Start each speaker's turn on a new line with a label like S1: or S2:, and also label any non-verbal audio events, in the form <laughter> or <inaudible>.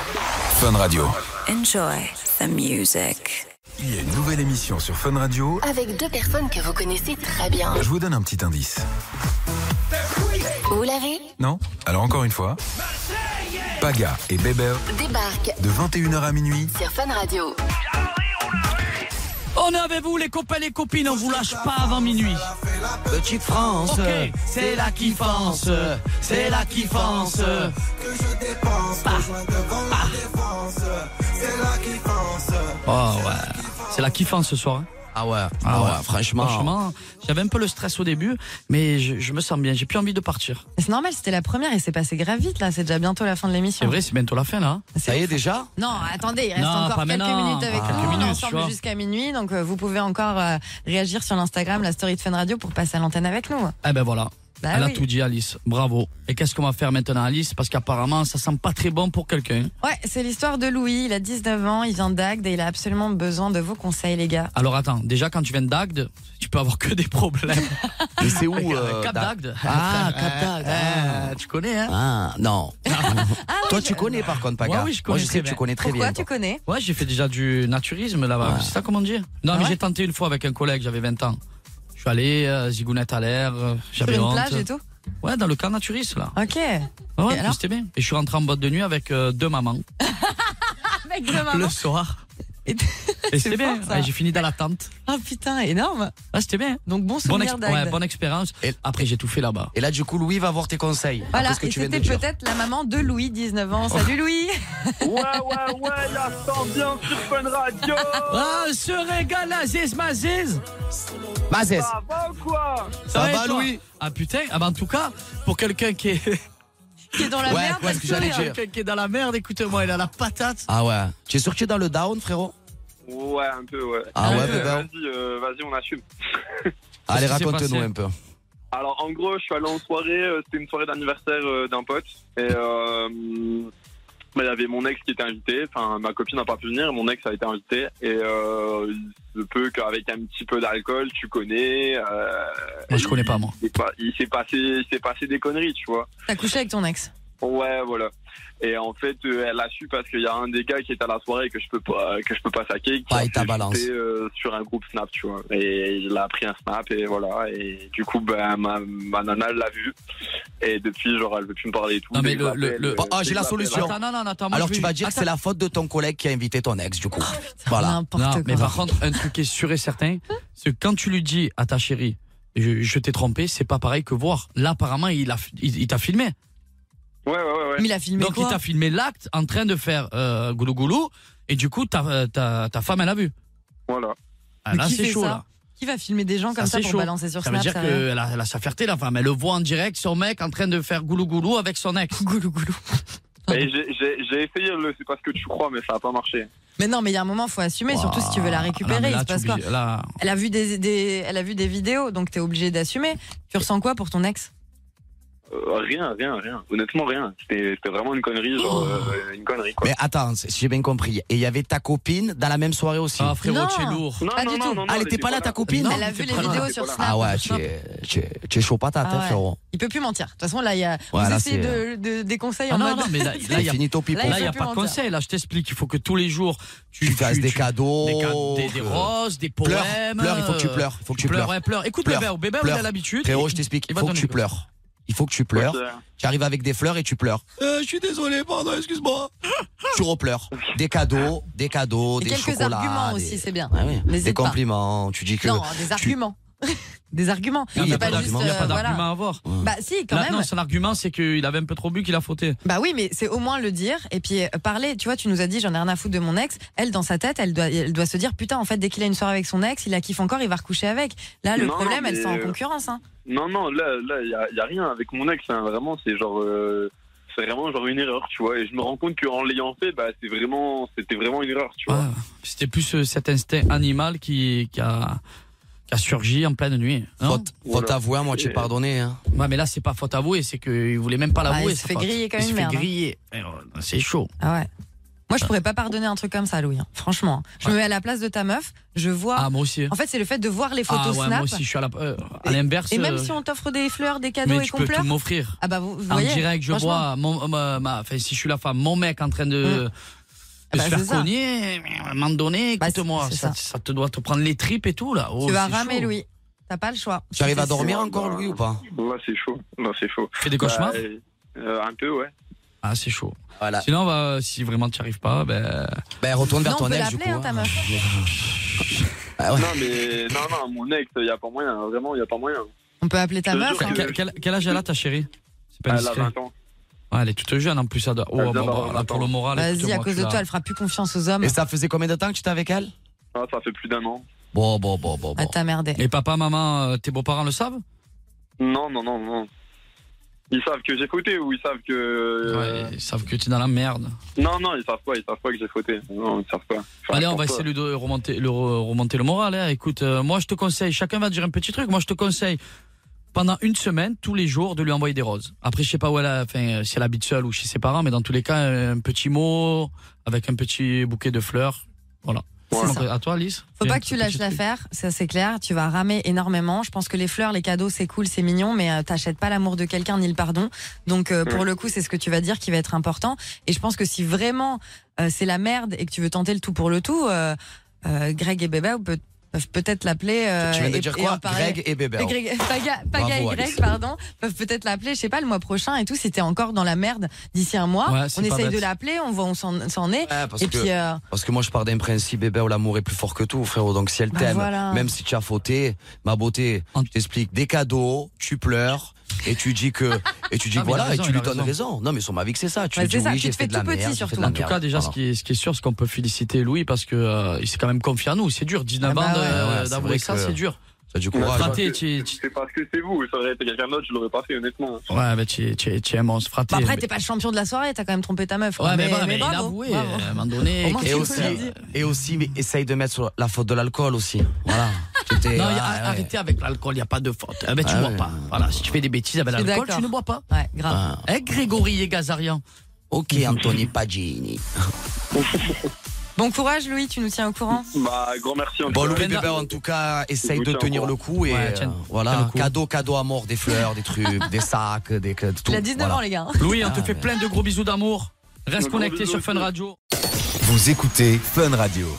S1: Fun Radio.
S2: Enjoy the music.
S1: Il y a une nouvelle émission sur Fun Radio.
S3: avec deux personnes que vous connaissez très bien.
S1: Je vous donne un petit indice.
S3: Vous l'avez
S1: Non Alors encore une fois. Paga et Bébert
S3: Débarque
S1: de 21h à minuit.
S3: sur Fun Radio.
S4: On est avec vous les copains les copines, on vous lâche pas avant minuit.
S5: Petite France,
S4: Ok, c'est la kiffance, c'est la kiffance.
S6: que je dépense. Rejoins devant la défense. C'est là qui pense.
S4: Oh ouais. C'est la kiffance ce soir. hein.
S5: Ah ouais, ah ouais, franchement.
S4: Franchement, j'avais un peu le stress au début, mais je, je me sens bien, j'ai plus envie de partir.
S7: Mais C'est normal, c'était la première et c'est passé grave vite là, c'est déjà bientôt la fin de
S4: C'est
S7: l'émission.
S4: vrai, c'est bientôt la fin là.
S5: Ça y est déjà
S7: Non, attendez, il reste
S4: Non, pas
S7: encore quelques
S4: maintenant.
S7: minutes avec
S4: Ah,
S7: nous,
S4: quelques
S7: on est
S4: minutes, tu vois.
S7: ensemble jusqu'à minuit, donc euh, vous pouvez encore euh, réagir sur l'Instagram, la story de Fun Radio pour passer à l'antenne avec nous.
S4: Eh ben voilà.
S7: Bah
S4: Elle a
S7: oui.
S4: tout dit Alice, bravo. Et qu'est-ce qu'on va faire maintenant Alice Parce qu'apparemment ça sent pas très bon pour quelqu'un.
S7: Ouais, c'est l'histoire de Louis, il a 19 ans, il vient d'Agde et il a absolument besoin de vos conseils les gars.
S4: Alors attends, déjà quand tu viens d'Agde, tu peux avoir que des problèmes.
S5: Mais c'est où euh,
S4: Cap
S5: Dan-
S4: d'Agde.
S5: Ah, Cap d'Agde.
S4: Eh, Tu connais hein
S5: Ah, non. <laughs> Toi, tu connais par contre, Paga.
S4: Ouais, oui, je
S5: Moi,
S4: connais
S5: je
S4: très
S5: sais que tu
S4: bien.
S5: connais très
S7: Pourquoi
S5: bien.
S7: tu
S5: toi.
S7: connais
S4: Ouais, j'ai fait déjà du naturisme là-bas. C'est ça comment dire Non,
S7: Ah
S4: mais
S7: ouais
S4: j'ai tenté une fois avec un collègue, j'avais 20 ans. Je suis allé, euh, zigounette à l'air, euh,
S7: Sur
S4: j'avais
S7: une
S4: honte.
S7: plage et tout
S4: Ouais, dans le camp naturiste là.
S7: <laughs> Ok.
S4: Ouais,
S7: Et
S4: puis
S7: alors
S4: c'était bien. Et je suis rentré en boîte de nuit avec euh, deux
S7: <laughs>
S4: mamans
S7: Avec deux mamans.
S4: le soir.
S7: Et-
S4: Et c'était bien.
S7: fort, ça.
S4: Ouais, j'ai fini dans la tente.
S7: Oh putain, énorme.
S4: Ouais, c'était bien.
S7: Donc bon
S4: Bonne,
S7: souvenir
S4: exp-
S7: d'Agde.
S4: ouais, bonne expérience.
S5: Et-
S4: Après, j'ai tout fait là-bas.
S5: Et là, du coup, Louis va voir tes conseils.
S7: Voilà,
S5: après ce que
S7: et
S5: tu viens de
S7: c'était
S5: dire.
S7: peut-être la maman de Louis, 19 ans. Salut Louis <laughs>
S8: Ouais, ouais, ouais, la bien sur Fun <laughs> Radio
S4: Ah, se régale, Aziz Maziz.
S5: Mazès.
S8: Ça va ou quoi
S5: Ça
S4: et
S7: bah
S5: va,
S4: toi
S5: Louis
S4: Ah putain, ah, bah, en tout cas, pour quelqu'un qui est,
S7: qui est dans la
S5: Ouais,
S7: merde.
S5: quoi, ce
S4: <laughs>
S5: que j'allais
S7: parce
S5: dire.
S4: quelqu'un qui est dans la merde, écoute-moi, il a la patate.
S5: Ah ouais. Tu es sûr que tu es dans le down, frérot
S8: Ouais, un peu, ouais.
S5: Ah ouais,
S8: Euh,
S5: bébé.
S8: Vas-y, euh, vas-y, on assume.
S5: Allez,
S4: Qu'est-ce qui s'est
S5: raconte-nous
S4: passé
S5: un peu.
S8: Alors, en gros, je suis allé en soirée, euh, c'était une soirée d'anniversaire euh, d'un pote, et euh, bah, il y avait mon ex qui était invité, enfin, ma copine n'a pas pu venir, mon ex a été invité, et euh, il se peut qu'avec un petit peu d'alcool, tu connais... euh,
S4: Moi, je connais pas, moi.
S8: il s'est pas- Il s'est passé, il s'est passé des conneries, tu vois.
S7: que T'as couché avec ton ex.
S8: Ouais, voilà. Et en fait, euh, elle a su parce qu'il y a un des gars qui est à la soirée et que je peux pas, que je peux pas saquer, qui
S5: Ah,
S8: a
S5: il t'a
S8: fait
S5: balance.
S8: shooter, euh, sur un groupe Snap, tu vois. Et il a pris un Snap et voilà. Et du coup, ben, ma, ma nana elle l'a vu. Et depuis, genre, elle veut plus me parler et tout.
S4: Non, mais
S8: Dès que
S4: le-
S8: je l'appelle,
S4: le- oh, le-
S5: Ah, j'ai
S8: euh, dès que
S5: la
S8: je l'appelle,
S5: solution.
S8: elle-
S4: Attends, non, non, attends, moi,
S5: Alors,
S4: je
S5: tu
S4: vais-
S5: vas dire que c'est la faute de ton collègue qui a invité ton ex, du coup. Voilà.
S7: N'importe
S4: Oh, Non,
S7: quoi.
S4: mais par contre, un truc qui est sûr et certain, c'est que quand tu lui dis à ta chérie, je, je t'ai trompé, c'est pas pareil que voir. Là, apparemment, il a il, il t'a filmé.
S8: Ouais, ouais, ouais. ouais.
S7: Mais il a filmé
S4: Donc, il
S7: quoi
S4: t'a filmé l'acte en train de faire euh, goulou goulou, et du coup, ta, euh, ta, ta femme, elle a vu.
S8: Voilà.
S4: Ah,
S7: Mais
S4: Là,
S7: qui
S4: c'est
S7: fait
S4: chaud,
S7: ça
S4: là.
S7: Qui va filmer des gens
S4: Ça,
S7: comme ça
S4: c'est
S7: pour
S4: chaud.
S7: balancer sur
S4: Ça veut
S7: Snap euh
S4: dire qu'elle a, elle a sa fierté, la femme. Elle le voit en direct, son mec, en train de faire goulou goulou avec son ex.
S7: <laughs> Goulou goulou.
S8: Et j'ai- j'ai j'ai essayé le, c'est parce que tu crois, mais ça a pas marché.
S7: Mais non, mais il y a un moment, faut assumer, surtout si tu veux la
S4: Ouah. Non,
S7: récupérer.
S4: Ah, mais
S7: il
S4: là,
S7: se passe
S4: tu
S7: quoi
S4: oublies- là,
S7: Elle a vu des, des- elle a vu des vidéos, donc t'es obligé d'assumer. Tu ressens quoi pour ton ex
S8: Euh, rien, rien, rien. Honnêtement, rien. C'était c'était vraiment une connerie, genre,
S5: Oh.
S8: euh, une connerie, quoi.
S5: Mais attends, si j'ai bien compris. Et il y avait ta copine dans la même soirée aussi.
S4: Ah, frérot,
S7: Non.
S4: tu es lourd.
S8: Non,
S7: Pas
S8: non,
S7: du
S8: non,
S7: tout.
S8: non, non,
S5: Ah, elle était pas là, ta copine
S4: Non,
S7: Elle a
S4: mais
S7: vu
S4: t'es
S7: les
S4: pas là.
S7: vidéos
S8: T'es
S7: sur
S8: pas là.
S7: Snap.
S5: Ah ouais,
S7: sur
S5: tu
S7: Snap.
S5: es, tu es- tu es chaud patate,
S7: Ah
S5: hein,
S7: ouais.
S5: frérot.
S7: Il peut plus mentir. De toute façon, là, il y a.
S5: Ouais,
S7: vous
S5: là,
S7: essayez
S5: c'est-
S7: de, de- des conseils
S4: Ah,
S7: en
S4: non,
S7: mode.
S4: non, mais
S7: <laughs>
S4: là, là,
S5: Là,
S4: il y a-
S5: fini ton pipo.
S7: Là,
S4: Là, il n'y a
S7: faut
S4: pas de
S7: plus mentir.
S4: conseil. Là, je t'explique. Il faut que tous les jours, tu,
S5: Tu fasses
S4: tu-
S5: des
S4: tu-
S5: cadeaux. euh,
S4: des, ca- des- des roses, des poèmes.
S5: Pleure, pleure, il faut que tu pleures. Il faut que tu pleures.
S4: ouais, pleure. Écoute,
S5: Pleure,
S4: bébé, bébé,
S5: pleure.
S4: on a l'habitude.
S5: Frérot, je t'explique.
S4: Il
S5: Il
S4: va
S5: faut
S4: t'en
S5: que tu
S4: écouter.
S5: pleures. Il faut que tu pleures.
S8: Ouais,
S5: Tu arrives avec des fleurs et tu pleures. je suis désolé, pardon, excuse-moi.
S8: Ah.
S5: Tu repleures. Des cadeaux, des cadeaux,
S7: Et
S5: des
S7: quelques
S5: chocolats.
S7: arguments
S5: des-
S7: aussi, c'est bien.
S5: Ouais, ouais.
S7: N'hésite
S5: Des
S7: pas.
S5: compliments. Tu dis que.
S7: Non, des arguments. <laughs> Des arguments.
S4: Non,
S5: Oui,
S4: mais
S5: c'est
S4: pas
S5: pas
S4: d'argument,
S5: juste,
S4: il n'y a pas
S7: euh, voilà.
S4: d'argument à avoir.
S7: Bah si, quand
S4: Là,
S7: même.
S4: non, son argument, c'est qu'il avait un peu trop bu, qu'il a fauté.
S7: Bah oui, mais c'est au moins le dire et puis euh, parler. Tu vois, tu nous as dit j'en ai rien à foutre de mon ex. Elle, dans sa tête, elle doit, elle doit se dire putain, en fait, dès qu'il a une soirée avec son ex, il la kiffe encore, il va recoucher avec. Là, le
S8: Non,
S7: problème,
S8: mais
S7: elle sont en
S8: euh,
S7: concurrence. Hein.
S8: Non, non, là, là, y a, y a rien avec mon ex. hein. Vraiment, c'est genre, euh, c'est vraiment genre une erreur, tu vois. Et je me rends compte qu'en l'ayant fait, bah, c'est vraiment, c'était vraiment une erreur, tu vois.
S4: Ah, C'était plus euh, cet instinct animal qui, qui, a, qui a surgi en pleine nuit. non
S5: Faut, faut
S8: Voilà.
S5: t'avouer à moitié
S8: Et-
S5: pardonné. Hein.
S4: ouais, mais là, c'est pas faute avouée, c'est qu'il voulait même pas
S7: Ah,
S4: l'avouer.
S7: il se
S4: sa
S7: fait
S4: faute.
S7: griller comme
S4: Il se
S7: une
S4: fait
S7: merde, hein.
S4: griller. Alors, C'est chaud.
S7: Ah ouais. Moi, je pourrais pas pardonner un truc comme ça, Louis. hein. Franchement, je me mets à la place de ta meuf. Je vois.
S4: Ah, moi aussi.
S7: En fait, c'est le fait de voir les
S4: Ah,
S7: photos
S4: ouais, moi
S7: Snap.
S4: aussi, je suis à la- euh, à l'inverse.
S7: Et même
S4: euh,
S7: si on t'offre des fleurs, des cadeaux
S4: mais
S7: et
S4: tu
S7: qu'on
S4: peux tout
S7: pleure.
S4: m'offrir.
S7: Ah bah vous, vous
S4: en
S7: voyez.
S4: direct, je
S7: franchement. Mm.
S4: vois mon, ma- ma- enfin, si je suis la femme, mon mec en train de.
S7: Ah bah,
S4: se faire
S7: c'est ça.
S4: cogner, mais à un moment donné,
S7: Bah,
S4: écoute-moi,
S7: c'est- c'est
S4: ça,
S7: ça.
S4: ça te doit te prendre les tripes et tout, là. Oh,
S7: tu vas
S4: c'est
S7: ramer,
S4: chaud.
S7: Louis. T'as pas le choix.
S5: Tu arrives à dormir
S8: c'est-
S5: encore, Louis, ou pas
S8: Là, c'est chaud. Là, c'est chaud.
S4: Tu fais des cauchemars
S8: Bah, euh, Un peu, ouais.
S4: Ah, c'est chaud.
S5: Voilà.
S4: Sinon, bah, si vraiment tu n'y arrives pas, ben.
S8: Ah,
S5: Ben, retourne vers
S7: Non, on
S5: ton
S7: peut
S5: ex, du coup.
S7: l'appeler, hein, ta meuf.
S5: Ah ouais.
S8: Non, mais non, non, mon ex, il n'y a pas moyen. hein. Vraiment, il n'y a pas moyen.
S7: On peut appeler ta
S8: Je
S7: meuf.
S8: jure
S7: hein.
S8: que-
S4: Quel, quel- quel âge elle a, ta chérie C'est pas
S8: Elle a
S4: indiscret.
S8: 20 ans.
S4: Ouais, elle est toute jeune en plus. Elle doit... Oh,
S8: Elle doit
S4: bah,
S8: avoir
S4: bah, là, pour le moral.
S7: Vas-y,
S4: écoute-moi,
S7: à cause
S4: tu
S7: de
S4: l'as.
S7: toi, elle fera plus confiance aux hommes.
S5: Et ça faisait combien de temps que tu étais avec elle
S8: Ah, ça fait plus d'un an.
S5: Bon, bon, bon, bon,
S7: Ah,
S5: bon.
S7: t'as merdé.
S4: Et papa, maman, euh, tes beaux-parents le savent
S8: Non, non, non, non. Ils savent que j'ai fauté ou ils savent que. euh,
S4: Ouais, Ils savent que tu es dans la merde.
S8: Non, non, ils savent pas. Ils savent pas que j'ai fauté. Non, ils savent pas. Enfin,
S4: Allez,
S8: je
S4: on va
S8: pense
S4: essayer de remonter le, remonter le moral. hein. Écoute, euh, moi, je te conseille, chacun va te dire un petit truc. Moi, je te conseille, pendant une semaine, tous les jours, de lui envoyer des roses. Après, je sais pas où elle a, enfin, euh, si elle habite seule ou chez ses parents, mais dans tous les cas, un petit mot, avec un petit bouquet de fleurs. Voilà.
S8: Ouais.
S4: Donc, à toi, Alice.
S7: Faut
S4: Fais un
S7: pas que tu
S4: petit
S7: lâches
S4: truc.
S7: l'affaire, ça c'est clair. Tu vas ramer énormément. Je pense que les fleurs, les cadeaux, c'est cool, c'est mignon, mais euh, t'achètes pas l'amour de quelqu'un ni le pardon. Donc euh, pour
S8: Ouais.
S7: le coup, c'est ce que tu vas dire qui va être important. Et je pense que si vraiment euh, c'est la merde et que tu veux tenter le tout pour le tout, euh, euh, Greg et Bébé peut- peuvent peut-être l'appeler. euh,
S5: Tu viens de
S7: et-
S5: dire
S7: et en
S5: quoi
S7: parler.
S5: Greg et bébé.
S7: Et Greg- Paga, Paga
S5: Bravo,
S7: et Greg,
S5: Alice.
S7: pardon, peuvent peut-être l'appeler, je sais pas, le mois prochain et tout. Si t'es encore dans la merde d'ici un mois,
S4: Ouais, c'est
S7: on
S4: pas
S7: essaye de
S4: bête.
S7: l'appeler, on voit où s'en s'en est.
S5: Ouais, parce
S7: Et
S5: que-
S7: puis, euh,
S5: Parce que moi, je pars d'un principe, bébé, où l'amour est plus fort que tout, frérot. Donc, si elle
S7: Bah
S5: t'aime,
S7: voilà.
S5: même si tu as fauté, ma beauté,
S4: En-
S5: je t'explique des cadeaux, tu pleures, et tu dis
S7: <laughs>
S5: que, et tu dis
S4: Ah,
S5: que
S4: mais il a
S5: voilà,
S4: raison,
S5: et
S4: il
S5: tu lui
S4: a
S5: donnes raison. Non, mais son avis, que c'est ça. Tu
S7: Ouais,
S5: lui dis
S7: Bah, c'est ça,
S5: oui,
S7: tu
S5: j'ai
S7: te
S5: fait
S7: fais
S5: de la
S7: tout petit,
S5: merde. j'ai
S7: surtout.
S5: fait de la
S4: En tout
S5: merde.
S4: cas, déjà, ce,
S5: Voilà.
S4: qui est, ce qui est sûr, c'est qu'on peut féliciter Louis parce que euh, il s'est quand même confié à nous. C'est dur, 19
S7: Ah bah
S4: ans euh,
S7: ouais.
S5: Ouais, c'est
S4: d'avouer
S5: vrai
S4: ça,
S5: que-
S4: c'est dur.
S5: Ça a du
S8: que-
S5: courage.
S4: Enfin, t'es-
S8: C'est-
S4: t'es- t'es-
S8: C'est parce que c'est vous. Ça aurait été quelqu'un d'autre, je l'aurais pas fait, honnêtement.
S4: Ouais, mais tu tu- tu es un monstre fraté.
S7: bah après, t'es pas le champion de la soirée, t'as quand même trompé ta meuf. quoi.
S4: Ouais, mais, bon, mais il euh, a
S7: bravo,
S4: avoué,
S7: bravo.
S4: à un moment donné.
S7: Au moins,
S4: qu'est-ce
S5: Et
S7: tu
S4: que
S5: aussi,
S7: nous l'as
S4: c'est
S7: dit.
S5: et aussi, mais essaye de mettre sur la faute de l'alcool aussi.
S4: <laughs>
S5: Voilà. C'était-
S4: Non,
S5: ah,
S4: y a-
S5: ouais.
S4: arrêtez avec l'alcool, il n'y a pas de faute. Eh ben, tu
S5: Ah
S4: bois
S5: ouais.
S4: pas. Voilà, si tu fais des bêtises avec
S7: Je suis
S4: l'alcool,
S7: d'accord.
S4: tu ne bois pas.
S7: Ouais, grave.
S5: Ah.
S4: Eh, Grégory et Gazarian.
S5: Ok, Anthony Pagini.
S7: Bon courage, Louis, tu nous tiens au courant.
S8: Bah, grand merci. en tout
S5: Bon,
S8: cas.
S5: Louis Bébé, en tout cas, essaye de
S8: Écoute,
S5: tenir le coup et
S4: Ouais, tiens,
S5: euh,
S4: tiens le
S5: voilà,
S4: coup.
S5: cadeau, cadeau à mort, des fleurs, des trucs, des sacs, des tout.
S7: Il a 19
S5: voilà.
S7: ans, les gars. hein.
S4: Louis, on te fait plein de gros bisous d'amour. Reste
S8: Un gros
S4: connecté
S8: bisou
S4: sur Fun
S8: aussi.
S4: Radio.
S1: Vous écoutez Fun Radio.